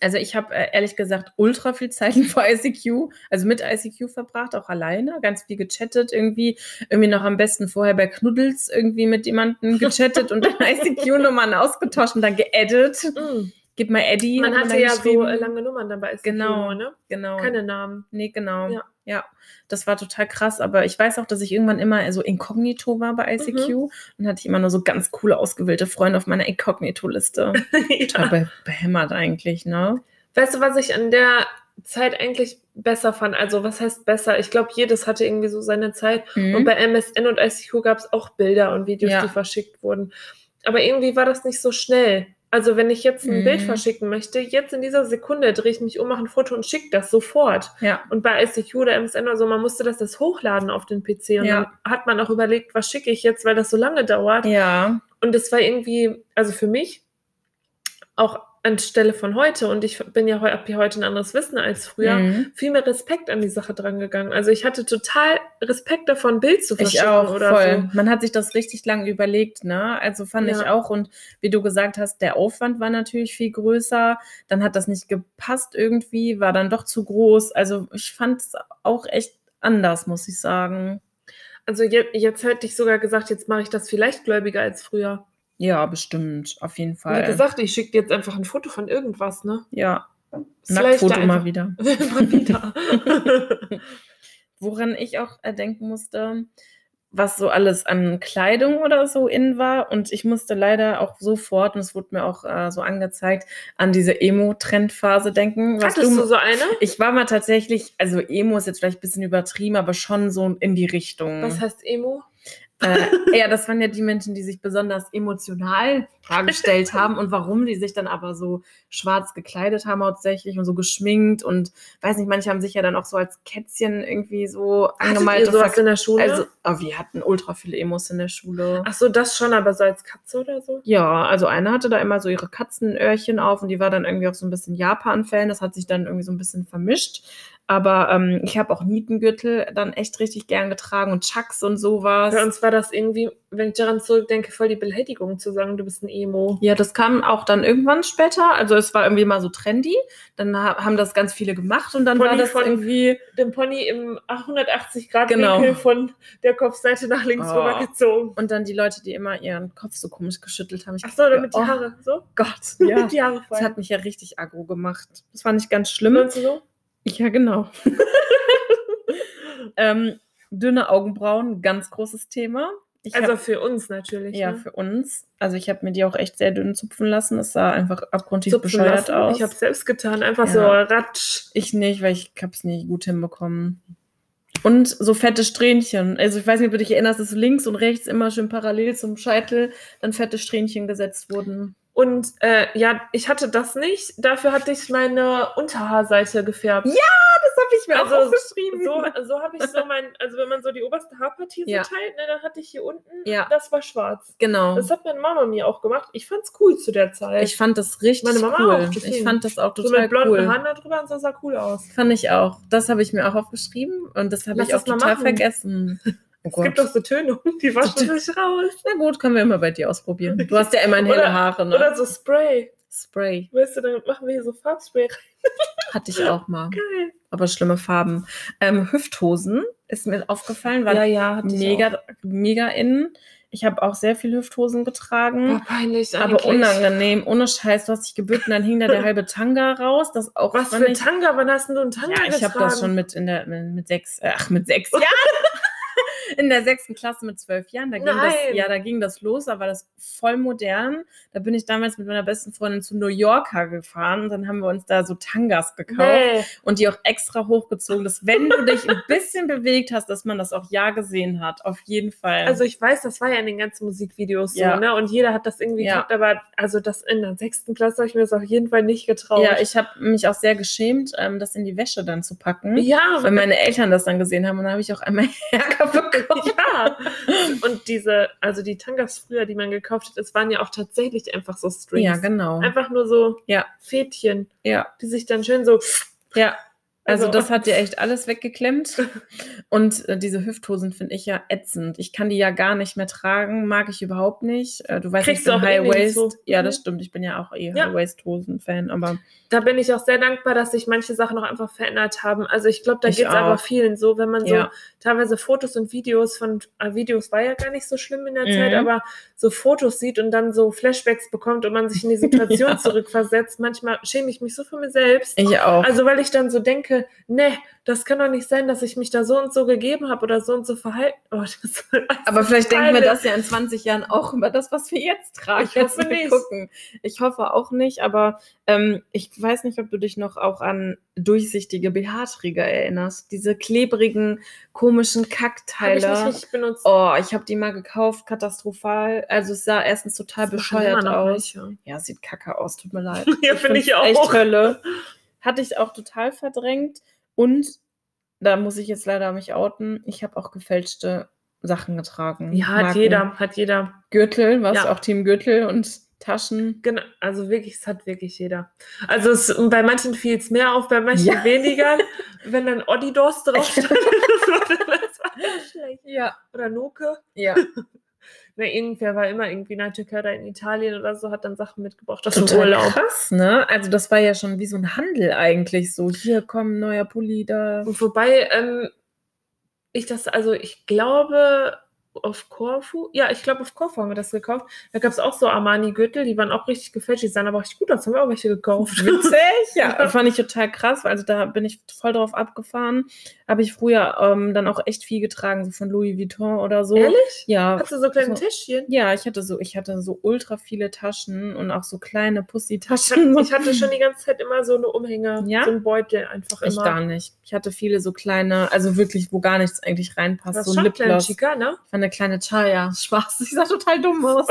[SPEAKER 1] Also ich habe äh, ehrlich gesagt ultra viel Zeit vor ICQ, also mit ICQ verbracht, auch alleine, ganz viel gechattet irgendwie, irgendwie noch am besten vorher bei Knuddels irgendwie mit jemandem gechattet und dann ICQ-Nummern ausgetauscht und dann geaddet.
[SPEAKER 2] Mm.
[SPEAKER 1] Gib mal Eddie.
[SPEAKER 2] Man
[SPEAKER 1] hat
[SPEAKER 2] hatte
[SPEAKER 1] dann
[SPEAKER 2] ja so
[SPEAKER 1] geschrieben.
[SPEAKER 2] äh, lange Nummern dabei. Ist
[SPEAKER 1] Genau.
[SPEAKER 2] Nur, ne?
[SPEAKER 1] Genau.
[SPEAKER 2] Keine Namen.
[SPEAKER 1] Nee, genau.
[SPEAKER 2] Ja.
[SPEAKER 1] Ja. das war total krass. Aber ich weiß auch, dass ich irgendwann immer so inkognito war bei ICQ.
[SPEAKER 2] Mhm.
[SPEAKER 1] Und dann hatte ich immer nur so ganz coole, ausgewählte Freunde auf meiner Inkognito-Liste.
[SPEAKER 2] ja.
[SPEAKER 1] Aber behämmert eigentlich, ne?
[SPEAKER 2] Weißt du, was ich an der Zeit eigentlich besser fand? Also, was heißt besser? Ich glaube, jedes hatte irgendwie so seine Zeit.
[SPEAKER 1] Mhm.
[SPEAKER 2] Und bei MSN und ICQ gab es auch Bilder und Videos,
[SPEAKER 1] Ja.
[SPEAKER 2] die verschickt wurden. Aber irgendwie war das nicht so schnell. Also, wenn ich jetzt ein
[SPEAKER 1] Mhm.
[SPEAKER 2] Bild verschicken möchte, jetzt in dieser Sekunde drehe ich mich um, mache ein Foto und schicke das sofort.
[SPEAKER 1] Mhm. ja.
[SPEAKER 2] Und bei ICQ oder MSN oder so, man musste das, das hochladen auf den PC. Und
[SPEAKER 1] Ja.
[SPEAKER 2] dann hat man auch überlegt, was schicke ich jetzt, weil das so lange dauert.
[SPEAKER 1] Ja.
[SPEAKER 2] Und es war irgendwie, also für mich, auch anstelle von heute, und ich bin ja habe heute ein anderes Wissen als früher,
[SPEAKER 1] Mhm.
[SPEAKER 2] viel mehr Respekt an die Sache dran gegangen. Also ich hatte total Respekt davon, ein Bild zu verschicken
[SPEAKER 1] Ich auch,
[SPEAKER 2] oder
[SPEAKER 1] voll. Man hat sich das richtig lange überlegt, ne? Also fand ich
[SPEAKER 2] Ja.
[SPEAKER 1] auch. Und wie du gesagt hast, der Aufwand war natürlich viel größer. Dann hat das nicht gepasst irgendwie, war dann doch zu groß. Also ich fand es auch echt anders, muss ich sagen.
[SPEAKER 2] so. Also je, jetzt hätte ich sogar gesagt, jetzt mache ich das vielleicht gläubiger als früher.
[SPEAKER 1] Ja, bestimmt, auf jeden
[SPEAKER 2] Und hätte
[SPEAKER 1] Fall.
[SPEAKER 2] gesagt, ich schicke dir jetzt einfach ein Foto von irgendwas, ne?
[SPEAKER 1] Ja,
[SPEAKER 2] Ist leichter
[SPEAKER 1] Nacktfoto
[SPEAKER 2] einfach.
[SPEAKER 1] immer wieder.
[SPEAKER 2] Immer wieder.
[SPEAKER 1] Woran ich auch äh, denken musste, was so alles an Kleidung oder so in war. Und ich musste leider auch sofort, und es wurde mir auch äh, so angezeigt, an diese Emo-Trendphase denken. Was
[SPEAKER 2] Hattest du so eine?
[SPEAKER 1] ich war mal tatsächlich, also Emo ist jetzt vielleicht ein bisschen übertrieben, aber schon so in die Richtung.
[SPEAKER 2] Was heißt Emo?
[SPEAKER 1] äh, ja, das waren ja die Menschen, die sich besonders emotional dargestellt haben und warum die sich dann aber so schwarz gekleidet haben hauptsächlich und so geschminkt und weiß nicht, manche haben sich ja dann auch so als Kätzchen irgendwie so
[SPEAKER 2] Angemalt
[SPEAKER 1] angemalte
[SPEAKER 2] sowas in der Schule?
[SPEAKER 1] Also, oh, wir hatten ultra viele Emos in der Schule.
[SPEAKER 2] Ach so, das schon, aber so als Katze oder so?
[SPEAKER 1] Ja, also eine hatte da immer so ihre Katzenöhrchen auf und die war dann irgendwie auch so ein bisschen Japan-Fan. Das hat sich dann irgendwie so ein bisschen vermischt. Aber ähm, ich habe auch Nietengürtel dann echt richtig gern getragen und Chucks und sowas.
[SPEAKER 2] Bei uns war das irgendwie, wenn ich daran zurückdenke, voll die Beleidigung zu sagen, du bist ein Emo.
[SPEAKER 1] Ja, das kam auch dann irgendwann später. Also es war irgendwie mal so trendy. Dann ha haben das ganz viele gemacht und dann
[SPEAKER 2] Pony
[SPEAKER 1] war das
[SPEAKER 2] von-
[SPEAKER 1] irgendwie.
[SPEAKER 2] Den Pony im 180 Grad
[SPEAKER 1] Genau.
[SPEAKER 2] Winkel von der Kopfseite nach links
[SPEAKER 1] Oh.
[SPEAKER 2] rüber gezogen.
[SPEAKER 1] Und dann die Leute, die immer ihren Kopf so komisch geschüttelt haben. Ich
[SPEAKER 2] Ach so, damit die
[SPEAKER 1] oh
[SPEAKER 2] Haare so?
[SPEAKER 1] Gott, ja.
[SPEAKER 2] die Haare
[SPEAKER 1] Das
[SPEAKER 2] voll.
[SPEAKER 1] hat mich ja richtig aggro gemacht. Das fand ich ganz schlimm.
[SPEAKER 2] Meinst du so?
[SPEAKER 1] Ja, genau. ähm, dünne Augenbrauen, ganz großes Thema. Ich
[SPEAKER 2] Also
[SPEAKER 1] hab,
[SPEAKER 2] für uns natürlich.
[SPEAKER 1] ja,
[SPEAKER 2] ne?
[SPEAKER 1] für uns. Also ich habe mir die auch echt sehr dünn zupfen lassen. Es sah einfach abgrundtief
[SPEAKER 2] Zupfen
[SPEAKER 1] bescheuert
[SPEAKER 2] lassen.
[SPEAKER 1] aus.
[SPEAKER 2] Ich habe selbst getan, einfach
[SPEAKER 1] Ja.
[SPEAKER 2] so ratsch.
[SPEAKER 1] Ich nicht, weil ich hab's nicht gut hinbekommen. Und so fette Strähnchen. Also ich weiß nicht, ob du dich erinnerst, dass links und rechts immer schön parallel zum Scheitel dann fette Strähnchen gesetzt wurden.
[SPEAKER 2] Und äh, ja, ich hatte das nicht, dafür hatte ich meine Unterhaarseite gefärbt.
[SPEAKER 1] Das habe ich mir
[SPEAKER 2] Also,
[SPEAKER 1] auch aufgeschrieben.
[SPEAKER 2] So, so habe ich so mein, also wenn man so die oberste Haarpartie
[SPEAKER 1] Ja.
[SPEAKER 2] so teilt, ne, dann hatte ich hier unten,
[SPEAKER 1] Ja.
[SPEAKER 2] das war schwarz.
[SPEAKER 1] genau.
[SPEAKER 2] Das hat meine Mama mir auch gemacht. Ich fand's cool zu der Zeit.
[SPEAKER 1] Ich fand das richtig
[SPEAKER 2] Meine Mama auch,
[SPEAKER 1] cool.
[SPEAKER 2] deswegen.
[SPEAKER 1] ich fand das auch
[SPEAKER 2] so
[SPEAKER 1] total
[SPEAKER 2] mit blonden
[SPEAKER 1] cool.
[SPEAKER 2] Haaren da drüber und so sah cool aus.
[SPEAKER 1] Fand ich auch. Das habe ich mir auch aufgeschrieben und das habe
[SPEAKER 2] Lass
[SPEAKER 1] ich auch
[SPEAKER 2] das mal
[SPEAKER 1] total
[SPEAKER 2] machen.
[SPEAKER 1] vergessen. Oh
[SPEAKER 2] Es gibt doch so Töne, um die waschen
[SPEAKER 1] Tö-
[SPEAKER 2] sich raus.
[SPEAKER 1] Na gut, können wir immer bei dir ausprobieren. Du hast ja immerhin helle
[SPEAKER 2] Oder-
[SPEAKER 1] Haare, ne?
[SPEAKER 2] Oder so Spray.
[SPEAKER 1] Spray
[SPEAKER 2] Weißt du, dann machen wir hier so Farbspray.
[SPEAKER 1] hatte ich auch mal,
[SPEAKER 2] Geil.
[SPEAKER 1] aber schlimme Farben. Ähm, Hüfthosen ist mir aufgefallen, waren
[SPEAKER 2] Ja, ja, hatte ich auch.
[SPEAKER 1] mega, mega innen. Ich habe auch sehr viel Hüfthosen getragen.
[SPEAKER 2] War peinlich
[SPEAKER 1] Aber
[SPEAKER 2] eigentlich.
[SPEAKER 1] unangenehm, ohne Scheiß, du hast dich gebückt und dann hing da der halbe Tanga raus. Das auch
[SPEAKER 2] Was
[SPEAKER 1] fand
[SPEAKER 2] für ein
[SPEAKER 1] ich-
[SPEAKER 2] Tanga? Wann hast denn du einen Tanga
[SPEAKER 1] Ja, ich habe das schon
[SPEAKER 2] getragen?
[SPEAKER 1] mit in der mit, mit sechs, äh, ach mit sechs Jahren. In der sechsten Klasse mit zwölf Jahren, da ging das,
[SPEAKER 2] Nein.
[SPEAKER 1] ja, da ging das los, da war das voll modern. Da bin ich damals mit meiner besten Freundin zu New Yorker gefahren und dann haben wir uns da so Tangas gekauft
[SPEAKER 2] Nee.
[SPEAKER 1] und die auch extra hochgezogen, dass wenn du dich ein bisschen bewegt hast, dass man das auch ja gesehen hat, auf jeden Fall.
[SPEAKER 2] Also ich weiß, das war ja in den ganzen Musikvideos
[SPEAKER 1] Ja.
[SPEAKER 2] so, ne? Und jeder hat das irgendwie
[SPEAKER 1] Ja.
[SPEAKER 2] gehabt, aber also das in der sechsten Klasse habe ich mir das auf jeden Fall nicht getraut.
[SPEAKER 1] ja, ich habe mich auch sehr geschämt, ähm, das in die Wäsche dann zu packen,
[SPEAKER 2] Mhm. ja,
[SPEAKER 1] weil meine Eltern das dann gesehen haben und dann habe ich auch einmal Ärger bekommen.
[SPEAKER 2] ja. Und diese, also die Tangas früher, die man gekauft hat, es waren ja auch tatsächlich einfach so Strings.
[SPEAKER 1] Ja, genau.
[SPEAKER 2] Einfach nur so
[SPEAKER 1] Ja.
[SPEAKER 2] Fädchen,
[SPEAKER 1] Ja,
[SPEAKER 2] die sich dann schön so
[SPEAKER 1] Ja, Also das hat dir echt alles weggeklemmt. Und äh, diese Hüfthosen finde ich ja ätzend. Ich kann die ja gar nicht mehr tragen, mag ich überhaupt nicht. Äh, du weißt,
[SPEAKER 2] Kriegst
[SPEAKER 1] ich bin
[SPEAKER 2] du auch eh
[SPEAKER 1] High
[SPEAKER 2] nirgendwo.
[SPEAKER 1] Waist. Ja,
[SPEAKER 2] Mhm.
[SPEAKER 1] das stimmt. Ich bin ja auch eh
[SPEAKER 2] Ja.
[SPEAKER 1] High Waist Hosen Fan, aber
[SPEAKER 2] Da bin ich auch sehr dankbar, dass sich manche Sachen noch einfach verändert haben. Also ich glaube, da
[SPEAKER 1] Ich
[SPEAKER 2] geht es
[SPEAKER 1] auch.
[SPEAKER 2] aber vielen so, wenn man so
[SPEAKER 1] ja,
[SPEAKER 2] teilweise Fotos und Videos von, äh, Videos war ja gar nicht so schlimm in der
[SPEAKER 1] Mhm.
[SPEAKER 2] Zeit, aber so Fotos sieht und dann so Flashbacks bekommt und man sich in die Situation
[SPEAKER 1] Ja.
[SPEAKER 2] zurückversetzt. Manchmal schäme ich mich so für mich selbst.
[SPEAKER 1] ich auch.
[SPEAKER 2] Also weil ich dann so denke, ne, das kann doch nicht sein, dass ich mich da so und so gegeben habe oder so und so verhalten. Oh, das
[SPEAKER 1] aber vielleicht denken wir
[SPEAKER 2] Teile.
[SPEAKER 1] das ja in 20 Jahren auch über das, was wir jetzt tragen.
[SPEAKER 2] Ich hoffe
[SPEAKER 1] Jetzt mal
[SPEAKER 2] nicht.
[SPEAKER 1] Gucken. Ich hoffe auch nicht, aber ähm, ich weiß nicht, ob du dich noch auch an durchsichtige BH-Träger erinnerst. Diese klebrigen, komischen
[SPEAKER 2] habe ich
[SPEAKER 1] Kackteile.
[SPEAKER 2] nicht richtig benutzt.
[SPEAKER 1] Oh, ich habe die mal gekauft, katastrophal. Also es sah erstens total
[SPEAKER 2] Das machen
[SPEAKER 1] bescheuert
[SPEAKER 2] immer noch
[SPEAKER 1] aus.
[SPEAKER 2] nicht, ja.
[SPEAKER 1] Ja, sieht kacke aus, tut mir leid.
[SPEAKER 2] Ja, finde ich
[SPEAKER 1] find's
[SPEAKER 2] auch.
[SPEAKER 1] Echt Hölle. Hatte ich auch total verdrängt und da muss ich jetzt leider mich outen. Ich habe auch gefälschte Sachen getragen.
[SPEAKER 2] Ja, hat
[SPEAKER 1] Marken-
[SPEAKER 2] jeder, hat jeder.
[SPEAKER 1] Gürtel, warst
[SPEAKER 2] Ja.
[SPEAKER 1] du auch Team Gürtel und Taschen.
[SPEAKER 2] Genau, also wirklich, es hat wirklich jeder. Also es, bei manchen fiel es mehr auf, bei manchen
[SPEAKER 1] Ja.
[SPEAKER 2] weniger. Wenn dann Odidos drauf stand, das war das war schlecht.
[SPEAKER 1] Ja,
[SPEAKER 2] Oder Noke.
[SPEAKER 1] ja.
[SPEAKER 2] Na, irgendwer war immer irgendwie in der Türkei oder in Italien oder so, hat dann Sachen mitgebracht aus dem
[SPEAKER 1] Total
[SPEAKER 2] Urlaub.
[SPEAKER 1] krass, ne? Also das war ja schon wie so ein Handel eigentlich. So, hier komm, neuer Pulli da.
[SPEAKER 2] Und wobei ähm, ich das, also ich glaube auf Korfu, ja, ich glaube auf Korfu haben wir das gekauft. Da gab es auch so Armani-Gürtel, die waren auch richtig gefälscht, die sahen aber richtig gut aus, haben wir auch welche gekauft.
[SPEAKER 1] Witzig, ja. Fand ich total krass. Also da bin ich voll drauf abgefahren. Habe ich früher ähm, dann auch echt viel getragen, so von Louis Vuitton oder so.
[SPEAKER 2] Ehrlich?
[SPEAKER 1] Ja.
[SPEAKER 2] Hast du so kleine
[SPEAKER 1] So-
[SPEAKER 2] Täschchen?
[SPEAKER 1] Ja, ich hatte so, ich hatte so ultra viele Taschen und auch so kleine
[SPEAKER 2] Ich hab-
[SPEAKER 1] Pussy-Taschen.
[SPEAKER 2] Ich hatte schon die ganze Zeit immer so eine Umhänge,
[SPEAKER 1] Ja?
[SPEAKER 2] so einen Beutel einfach
[SPEAKER 1] ich
[SPEAKER 2] immer.
[SPEAKER 1] gar nicht. Ich hatte viele so kleine, also wirklich, wo gar nichts eigentlich reinpasst.
[SPEAKER 2] Das
[SPEAKER 1] so
[SPEAKER 2] ist
[SPEAKER 1] ein
[SPEAKER 2] schon kleine
[SPEAKER 1] Lipgloss.
[SPEAKER 2] Chica, ne?
[SPEAKER 1] Ich war eine kleine Chaya. Spaß. Ich sah total dumm aus.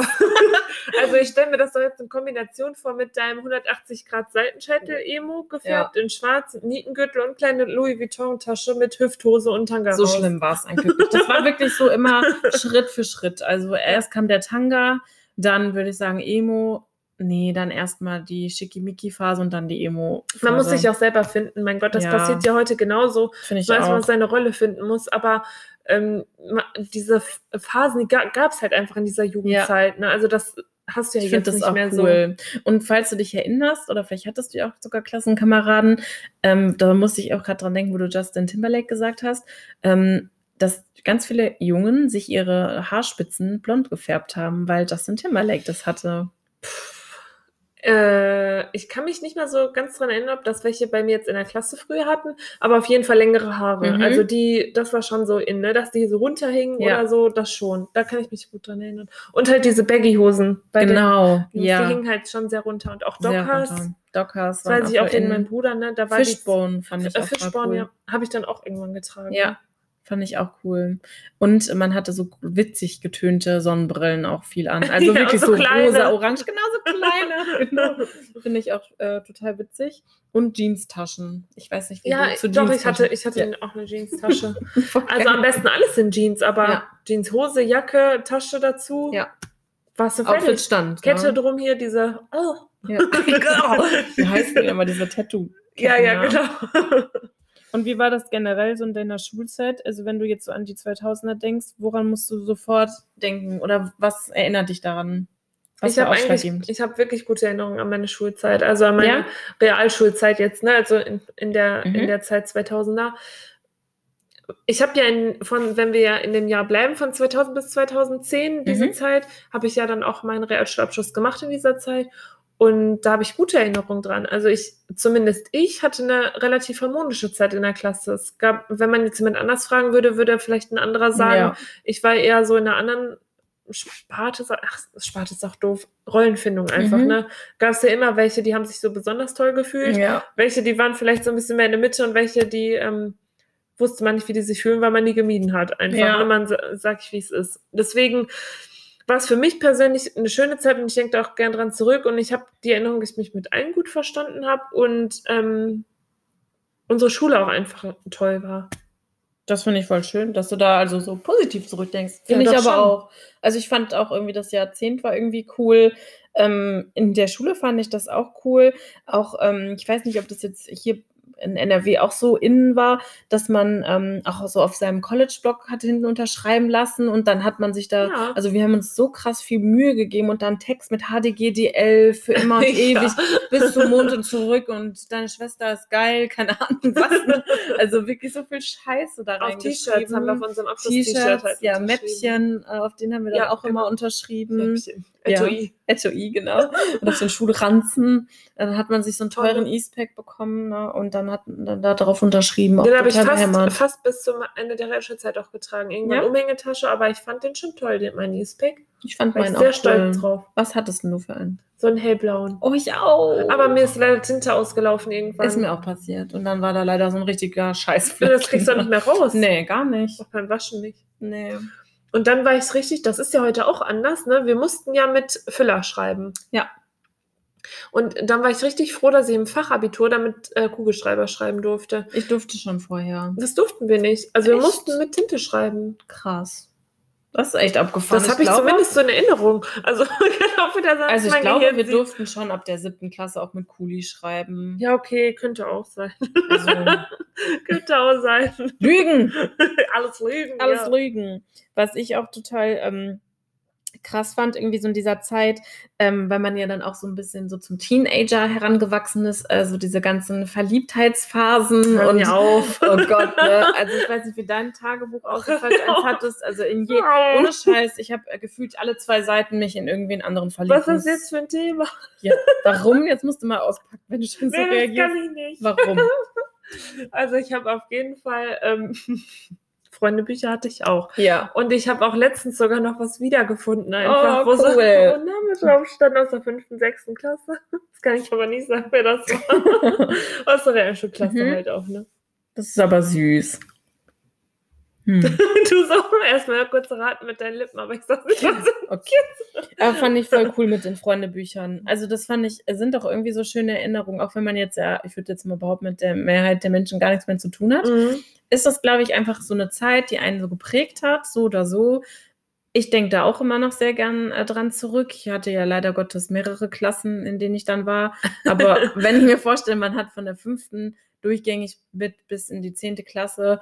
[SPEAKER 2] Also ich stelle mir das doch jetzt in Kombination vor mit deinem 180 Grad Seitenscheitel Emo gefärbt in schwarz, Nietengürtel und kleine Louis Vuitton Tasche mit Hüfthose und Tanga
[SPEAKER 1] So
[SPEAKER 2] raus.
[SPEAKER 1] schlimm war es eigentlich. nicht. Das war wirklich so immer Schritt für Schritt. Also erst kam der Tanga, dann würde ich sagen Emo. Nee, dann erstmal die Schickimicki-Phase und dann die Emo. -Phase.
[SPEAKER 2] Man muss sich auch selber finden. Mein Gott, das
[SPEAKER 1] Ja.
[SPEAKER 2] passiert ja heute genauso.
[SPEAKER 1] Finde ich
[SPEAKER 2] Ich weiß,
[SPEAKER 1] auch.
[SPEAKER 2] man seine Rolle finden muss, aber ähm, ma- diese F- Phasen, die gab es halt einfach in dieser Jugendzeit. Ne? Also das hast du ja
[SPEAKER 1] ich finde
[SPEAKER 2] jetzt
[SPEAKER 1] das
[SPEAKER 2] nicht
[SPEAKER 1] auch
[SPEAKER 2] mehr
[SPEAKER 1] cool. Und falls du dich erinnerst, oder vielleicht hattest du ja auch sogar Klassenkameraden, ähm, da musste ich auch gerade dran denken, wo du Justin Timberlake gesagt hast, ähm, dass ganz viele Jungen sich ihre Haarspitzen blond gefärbt haben, weil Justin Timberlake das hatte.
[SPEAKER 2] so. Äh, ich kann mich nicht mehr so ganz dran erinnern, ob das welche bei mir jetzt in der Klasse früher hatten, aber auf jeden Fall längere Haare.
[SPEAKER 1] Mhm.
[SPEAKER 2] Also die, das war schon so in, ne? dass die so runterhingen
[SPEAKER 1] Ja.
[SPEAKER 2] oder so, das schon. Da kann ich mich gut dran erinnern. Und halt diese Baggy-Hosen. bei den
[SPEAKER 1] genau,
[SPEAKER 2] Jungs,
[SPEAKER 1] ja.
[SPEAKER 2] Die hingen halt schon sehr runter. Und auch
[SPEAKER 1] Sehr
[SPEAKER 2] Dockers.
[SPEAKER 1] runter. Dockers.
[SPEAKER 2] Das weiß ich auch
[SPEAKER 1] in
[SPEAKER 2] den mein Bruder, ne? Da war die-
[SPEAKER 1] Fishbone fand ich
[SPEAKER 2] Äh,
[SPEAKER 1] auch voll
[SPEAKER 2] Fishborn,
[SPEAKER 1] cool.
[SPEAKER 2] ja. Habe ich dann auch irgendwann getragen.
[SPEAKER 1] ja, fand ich auch cool. Und man hatte so witzig getönte Sonnenbrillen auch viel an. Also
[SPEAKER 2] Ja,
[SPEAKER 1] wirklich
[SPEAKER 2] so
[SPEAKER 1] so,
[SPEAKER 2] kleine.
[SPEAKER 1] rosa, orange, genauso kleine. genau. Finde ich auch äh, total witzig. Und Jeanstaschen. Ich weiß nicht, wie
[SPEAKER 2] Ja,
[SPEAKER 1] du zu
[SPEAKER 2] doch, ich hatte,
[SPEAKER 1] Jeanstaschen-
[SPEAKER 2] ich hatte
[SPEAKER 1] Ja.
[SPEAKER 2] auch eine Jeanstasche.
[SPEAKER 1] Voll
[SPEAKER 2] Also
[SPEAKER 1] geil.
[SPEAKER 2] am besten alles in Jeans, aber
[SPEAKER 1] Ja.
[SPEAKER 2] Jeanshose, Jacke, Tasche dazu.
[SPEAKER 1] Ja.
[SPEAKER 2] Warst du
[SPEAKER 1] Outfit
[SPEAKER 2] fertig?
[SPEAKER 1] stand.
[SPEAKER 2] Kette
[SPEAKER 1] ne?
[SPEAKER 2] drum hier, diese. Oh. Genau.
[SPEAKER 1] ja. Wie heißt denn immer diese Tattoo?
[SPEAKER 2] ja, ja,
[SPEAKER 1] Kettennamen?
[SPEAKER 2] genau.
[SPEAKER 1] Und wie war das generell so in deiner Schulzeit? Also wenn du jetzt so an die 2000er denkst, woran musst du sofort denken oder was erinnert dich daran? Was
[SPEAKER 2] ich
[SPEAKER 1] war
[SPEAKER 2] habe
[SPEAKER 1] ausschlaggebend?
[SPEAKER 2] eigentlich, ich habe wirklich gute Erinnerungen an meine Schulzeit, also an meine
[SPEAKER 1] Ja?
[SPEAKER 2] Realschulzeit jetzt, ne? Also in, in der
[SPEAKER 1] Mhm.
[SPEAKER 2] in der Zeit 2000er. Ich habe ja in, von, wenn wir ja in dem Jahr bleiben, von 2000 bis 2010, diese
[SPEAKER 1] Mhm.
[SPEAKER 2] Zeit, habe ich ja dann auch meinen Realschulabschluss gemacht in dieser Zeit. Und da habe ich gute Erinnerungen dran. Also ich, zumindest ich, hatte eine relativ harmonische Zeit in der Klasse. Es gab, wenn man jetzt jemand anders fragen würde, würde vielleicht ein anderer sagen,
[SPEAKER 1] ja.
[SPEAKER 2] ich war eher so in einer anderen Sparte, ach, Sparte ist auch doof, Rollenfindung einfach,
[SPEAKER 1] Mhm.
[SPEAKER 2] ne? Gab es ja immer welche, die haben sich so besonders toll gefühlt,
[SPEAKER 1] ja.
[SPEAKER 2] welche, die waren vielleicht so ein bisschen mehr in der Mitte und welche, die ähm, wusste man nicht, wie die sich fühlen, weil man die gemieden hat. Einfach,
[SPEAKER 1] Ja.
[SPEAKER 2] wenn man sa- sag ich, wie es ist. Deswegen war es für mich persönlich eine schöne Zeit und ich denke da auch gern dran zurück und ich habe die Erinnerung, dass ich mich mit allen gut verstanden habe und ähm, unsere Schule auch einfach toll war.
[SPEAKER 1] Das finde ich voll schön, dass du da also so positiv zurückdenkst.
[SPEAKER 2] Ja,
[SPEAKER 1] Finde
[SPEAKER 2] doch
[SPEAKER 1] ich aber
[SPEAKER 2] schon.
[SPEAKER 1] auch. Also ich fand auch irgendwie das Jahrzehnt war irgendwie cool. Ähm, in der Schule fand ich das auch cool. Auch ähm, ich weiß nicht, ob das jetzt hier in NRW auch so innen war, dass man ähm, auch so auf seinem College-Blog hat hinten unterschreiben lassen und dann hat man sich da,
[SPEAKER 2] Ja.
[SPEAKER 1] also wir haben uns so krass viel Mühe gegeben und dann Text mit HDGDL für immer und ewig bis zum Mond und zurück und deine Schwester ist geil, keine Ahnung was. Also wirklich so viel Scheiße da
[SPEAKER 2] Auf T-Shirts haben wir auf unserem Abschluss-T-Shirt
[SPEAKER 1] T-Shirts,
[SPEAKER 2] halt
[SPEAKER 1] ja,
[SPEAKER 2] unterschrieben.
[SPEAKER 1] Mäppchen, äh, auf denen haben wir dann
[SPEAKER 2] Ja,
[SPEAKER 1] auch immer
[SPEAKER 2] genau.
[SPEAKER 1] unterschrieben.
[SPEAKER 2] Mäppchen. Äh,
[SPEAKER 1] Ja.
[SPEAKER 2] Etui.
[SPEAKER 1] Etui, genau. Und auf so einen Schulranzen. äh, Dann hat man sich so einen teuren Eastpack bekommen ne? und dann hat man dann da drauf unterschrieben. auch
[SPEAKER 2] Den habe ich
[SPEAKER 1] Oh, total behämmert.
[SPEAKER 2] fast, fast bis zum Ende der Realschulzeit auch getragen. Irgendwann
[SPEAKER 1] Ja?
[SPEAKER 2] Umhängetasche, aber ich fand den schon toll, den mein Newspack.
[SPEAKER 1] Ich fand
[SPEAKER 2] War ich
[SPEAKER 1] meinen auch
[SPEAKER 2] sehr stolz
[SPEAKER 1] cool.
[SPEAKER 2] drauf.
[SPEAKER 1] Was hattest denn du für einen?
[SPEAKER 2] So einen hellblauen.
[SPEAKER 1] Oh, ich auch.
[SPEAKER 2] Aber mir ist leider Tinte ausgelaufen irgendwann.
[SPEAKER 1] ist mir auch passiert. Und dann war da leider so ein richtiger Scheißfleck.
[SPEAKER 2] das kriegst du auch nicht mehr raus.
[SPEAKER 1] Genau. Nee, gar nicht.
[SPEAKER 2] Auch beim Waschen nicht.
[SPEAKER 1] Nee.
[SPEAKER 2] Und dann war ich es richtig, das ist ja heute auch anders, ne? Wir mussten ja mit Füller schreiben.
[SPEAKER 1] Ja.
[SPEAKER 2] Und dann war ich richtig froh, dass ich im Fachabitur damit äh, Kugelschreiber schreiben durfte.
[SPEAKER 1] Ich durfte schon vorher.
[SPEAKER 2] Das durften wir nicht. Also wir
[SPEAKER 1] Echt?
[SPEAKER 2] mussten mit Tinte schreiben.
[SPEAKER 1] Krass. Das ist echt abgefahren.
[SPEAKER 2] Das habe ich
[SPEAKER 1] glaube-
[SPEAKER 2] zumindest so in Erinnerung. Also genau wieder sagen,
[SPEAKER 1] Also ich
[SPEAKER 2] mein
[SPEAKER 1] glaube,
[SPEAKER 2] Gehirn
[SPEAKER 1] wir
[SPEAKER 2] sieht-
[SPEAKER 1] durften schon ab der siebten Klasse auch mit Kuli schreiben.
[SPEAKER 2] Ja, okay, könnte auch sein.
[SPEAKER 1] Also,
[SPEAKER 2] könnte auch sein.
[SPEAKER 1] Lügen!
[SPEAKER 2] Alles Lügen.
[SPEAKER 1] alles
[SPEAKER 2] ja.
[SPEAKER 1] Lügen. Was ich auch total ähm, krass fand, irgendwie so in dieser Zeit, ähm, weil man ja dann auch so ein bisschen so zum Teenager herangewachsen ist, also diese ganzen Verliebtheitsphasen
[SPEAKER 2] Hör
[SPEAKER 1] und
[SPEAKER 2] mir auf. Oh,
[SPEAKER 1] oh Gott, ne? Also ich weiß nicht, wie dein Tagebuch ausgefallen
[SPEAKER 2] Hör mir
[SPEAKER 1] eins
[SPEAKER 2] auf.
[SPEAKER 1] hattest. Also in je
[SPEAKER 2] Au.
[SPEAKER 1] ohne Scheiß, ich habe äh, gefühlt alle zwei Seiten mich in irgendwen anderen verliebt.
[SPEAKER 2] Was ist das jetzt für ein Thema?
[SPEAKER 1] Warum? Jetzt musst du mal auspacken, wenn du schon so
[SPEAKER 2] Nee, das
[SPEAKER 1] reagierst.
[SPEAKER 2] kann ich nicht.
[SPEAKER 1] Warum?
[SPEAKER 2] Also ich habe auf jeden Fall ähm, Freundebücher hatte ich auch.
[SPEAKER 1] Ja.
[SPEAKER 2] Und ich habe auch letztens sogar noch was wiedergefunden, einfach,
[SPEAKER 1] Oh,
[SPEAKER 2] wo so
[SPEAKER 1] cool.
[SPEAKER 2] ein Name drauf stand aus der fünften, sechsten Klasse. Das kann ich aber nicht sagen, wer das war. aus der Realschulklasse
[SPEAKER 1] Mhm.
[SPEAKER 2] halt auch, ne?
[SPEAKER 1] Das ist aber süß. Hm.
[SPEAKER 2] Du so erstmal kurz raten mit deinen Lippen, aber ich sag nicht, was
[SPEAKER 1] Okay. Aber Äh, fand ich voll cool mit den Freundebüchern. Also das fand ich, es sind doch irgendwie so schöne Erinnerungen, auch wenn man jetzt ja, ich würde jetzt mal behaupten, mit der Mehrheit der Menschen gar nichts mehr zu tun hat.
[SPEAKER 2] Mhm.
[SPEAKER 1] Ist das, glaube ich, einfach so eine Zeit, die einen so geprägt hat, so oder so. Ich denke da auch immer noch sehr gern äh, dran zurück. Ich hatte ja leider Gottes mehrere Klassen, in denen ich dann war. Aber wenn ich mir vorstelle, man hat von der fünften durchgängig mit bis in die zehnte Klasse,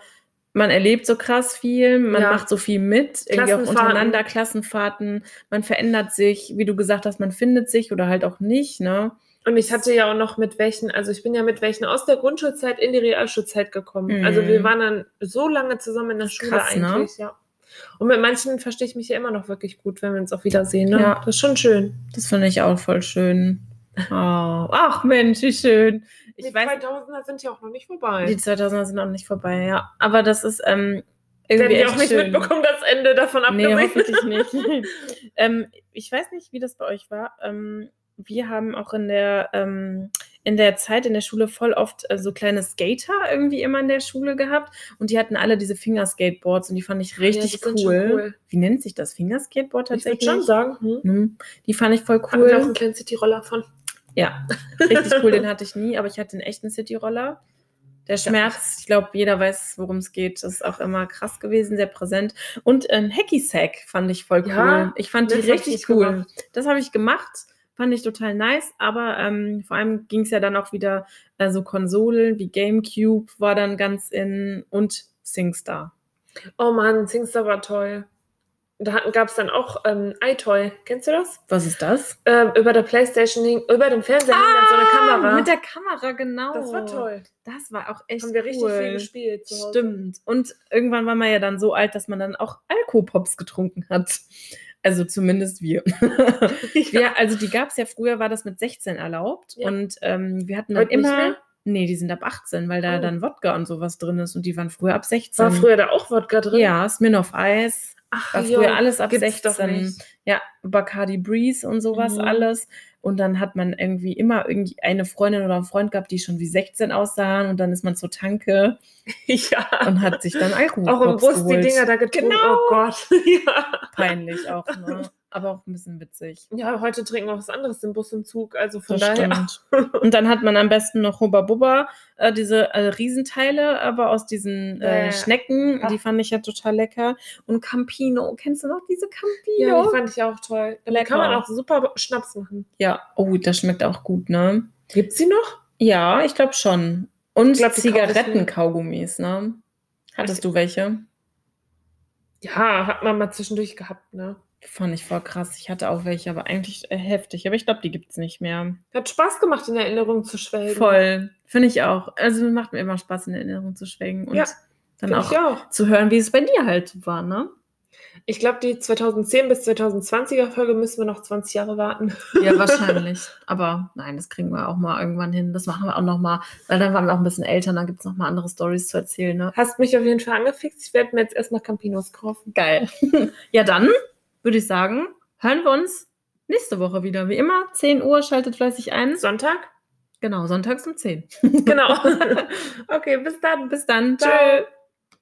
[SPEAKER 1] man erlebt so krass viel, man
[SPEAKER 2] Ja.
[SPEAKER 1] macht so viel mit, irgendwie auch
[SPEAKER 2] Klassenfahrten.
[SPEAKER 1] untereinander Klassenfahrten, man verändert sich, wie du gesagt hast, man findet sich oder halt auch nicht, ne?
[SPEAKER 2] Und ich hatte ja auch noch mit welchen, also ich bin ja mit welchen aus der Grundschulzeit in die Realschulzeit gekommen.
[SPEAKER 1] Mhm.
[SPEAKER 2] Also wir waren dann so lange zusammen in der Schule
[SPEAKER 1] krass, ne?
[SPEAKER 2] eigentlich, ja. Und mit manchen verstehe ich mich ja immer noch wirklich gut, wenn wir uns auch wiedersehen. Ne?
[SPEAKER 1] Ja.
[SPEAKER 2] Das ist schon schön.
[SPEAKER 1] Das finde ich auch voll schön. Oh. Ach Mensch, wie schön. Ich
[SPEAKER 2] die
[SPEAKER 1] weiß
[SPEAKER 2] 2000er sind ja auch noch nicht vorbei.
[SPEAKER 1] Die 2000er sind auch nicht vorbei, ja. Aber das ist ähm,
[SPEAKER 2] werden
[SPEAKER 1] irgendwie
[SPEAKER 2] ja
[SPEAKER 1] echt
[SPEAKER 2] auch nicht
[SPEAKER 1] schön.
[SPEAKER 2] mitbekommen, das Ende davon
[SPEAKER 1] Nee,
[SPEAKER 2] abgesehen.
[SPEAKER 1] hoffentlich nicht. ähm, ich weiß nicht, wie das bei euch war. Ähm, wir haben auch in der, ähm, in der Zeit in der Schule voll oft äh, so kleine Skater irgendwie immer in der Schule gehabt. Und die hatten alle diese Fingerskateboards und die fand ich richtig
[SPEAKER 2] die sind schon
[SPEAKER 1] cool.
[SPEAKER 2] cool.
[SPEAKER 1] Wie nennt sich das? Fingerskateboard
[SPEAKER 2] ich würde
[SPEAKER 1] tatsächlich?
[SPEAKER 2] schon sagen, hm?
[SPEAKER 1] Hm, Die fand ich voll
[SPEAKER 2] cool. auch
[SPEAKER 1] cool.
[SPEAKER 2] einen kleinen City-Roller von.
[SPEAKER 1] Ja, richtig cool, den hatte ich nie, aber ich hatte einen echten City-Roller. Der Schmerz, ich glaube, jeder weiß, worum es geht, ist auch immer krass gewesen, sehr präsent. Und ein Hacky-Sack fand ich voll cool.
[SPEAKER 2] Ja,
[SPEAKER 1] ich fand die
[SPEAKER 2] das hab ich
[SPEAKER 1] richtig
[SPEAKER 2] nicht
[SPEAKER 1] cool.
[SPEAKER 2] gemacht.
[SPEAKER 1] Das habe ich gemacht, fand ich total nice, aber ähm, vor allem ging es ja dann auch wieder äh, so Konsolen wie Gamecube war dann ganz in und SingStar.
[SPEAKER 2] Oh Mann, Singstar war toll. Da gab es dann auch ähm, iToy. Kennst du das?
[SPEAKER 1] Was ist das?
[SPEAKER 2] Ähm, über der Playstation hing, über dem Fernseher hing dann so eine Kamera.
[SPEAKER 1] Ah, Mit der Kamera, genau.
[SPEAKER 2] das war toll.
[SPEAKER 1] Das war auch echt
[SPEAKER 2] Haben wir richtig
[SPEAKER 1] cool.
[SPEAKER 2] viel gespielt. zu Hause.
[SPEAKER 1] Stimmt. Und irgendwann war man ja dann so alt, dass man dann auch Alkopops getrunken hat. Also zumindest wir. wir also die gab es ja früher, war das mit 16 erlaubt.
[SPEAKER 2] Ja.
[SPEAKER 1] Und ähm, wir hatten dann
[SPEAKER 2] Heute nicht
[SPEAKER 1] immer.
[SPEAKER 2] mehr?
[SPEAKER 1] Nee, die sind ab 18, weil da
[SPEAKER 2] Oh.
[SPEAKER 1] dann Wodka und sowas drin ist. Und die waren früher ab 16.
[SPEAKER 2] War früher da auch Wodka drin?
[SPEAKER 1] Ja, Smirnoff Eis.
[SPEAKER 2] Ach,
[SPEAKER 1] War
[SPEAKER 2] jo,
[SPEAKER 1] früher alles ab
[SPEAKER 2] gibt's
[SPEAKER 1] 16.
[SPEAKER 2] doch nicht.
[SPEAKER 1] Ja, Bacardi Breeze und sowas
[SPEAKER 2] Mhm.
[SPEAKER 1] alles. Und dann hat man irgendwie immer irgendwie eine Freundin oder einen Freund gehabt, die schon wie 16 aussahen. Und dann ist man zur Tanke
[SPEAKER 2] ja.
[SPEAKER 1] und hat sich dann Alkohol
[SPEAKER 2] Auch im Bus die
[SPEAKER 1] geholt.
[SPEAKER 2] Dinger da getrunken.
[SPEAKER 1] Genau.
[SPEAKER 2] Oh Gott. ja.
[SPEAKER 1] Peinlich auch, ne? Aber auch ein bisschen witzig.
[SPEAKER 2] ja, heute trinken wir was anderes im Bus und Zug. Also von
[SPEAKER 1] Das
[SPEAKER 2] daher.
[SPEAKER 1] stimmt. Und dann hat man am besten noch Hubba Bubba, äh, diese äh, Riesenteile, aber aus diesen äh,
[SPEAKER 2] Ja.
[SPEAKER 1] Schnecken,
[SPEAKER 2] Ach.
[SPEAKER 1] die fand ich ja total lecker. Und Campino, kennst du noch diese
[SPEAKER 2] Ja, die
[SPEAKER 1] Campino?
[SPEAKER 2] fand ich auch toll.
[SPEAKER 1] Lecker.
[SPEAKER 2] Damit kann man auch super Schnaps machen.
[SPEAKER 1] Ja, oh, das schmeckt auch gut, ne?
[SPEAKER 2] Gibt's die noch?
[SPEAKER 1] Ja, ich glaube schon. Und
[SPEAKER 2] glaub, die kaufe ich mir.
[SPEAKER 1] Zigarettenkaugummis, ne? Hattest du welche?
[SPEAKER 2] Ja, hat man mal zwischendurch gehabt, ne?
[SPEAKER 1] Die Fand ich voll krass. Ich hatte auch welche, aber eigentlich äh, heftig. Aber ich glaube, die gibt's nicht mehr.
[SPEAKER 2] Hat Spaß gemacht, in Erinnerung zu schwelgen.
[SPEAKER 1] Voll. Finde ich auch. Also macht mir immer Spaß, in Erinnerung zu schwenken und
[SPEAKER 2] Ja,
[SPEAKER 1] dann
[SPEAKER 2] Find
[SPEAKER 1] auch
[SPEAKER 2] Ich auch.
[SPEAKER 1] zu hören, wie es bei dir halt so war, ne?
[SPEAKER 2] Ich glaube, die 2010 bis 2020er Folge müssen wir noch 20 Jahre warten.
[SPEAKER 1] Ja, wahrscheinlich. Aber nein, das kriegen wir auch mal irgendwann hin. Das machen wir auch noch mal, weil dann waren wir auch ein bisschen älter, dann gibt's noch mal andere Stories zu erzählen, ne?
[SPEAKER 2] Hast mich auf jeden Fall angefixt. Ich werde mir jetzt erstmal Campinos kaufen.
[SPEAKER 1] Geil. Ja, dann würde ich sagen, hören wir uns nächste Woche wieder. Wie immer, 10 Uhr, schaltet fleißig ein.
[SPEAKER 2] Sonntag?
[SPEAKER 1] Genau, sonntags um 10.
[SPEAKER 2] Genau. okay, bis dann.
[SPEAKER 1] Bis dann.
[SPEAKER 2] Ciao.
[SPEAKER 1] Tschö.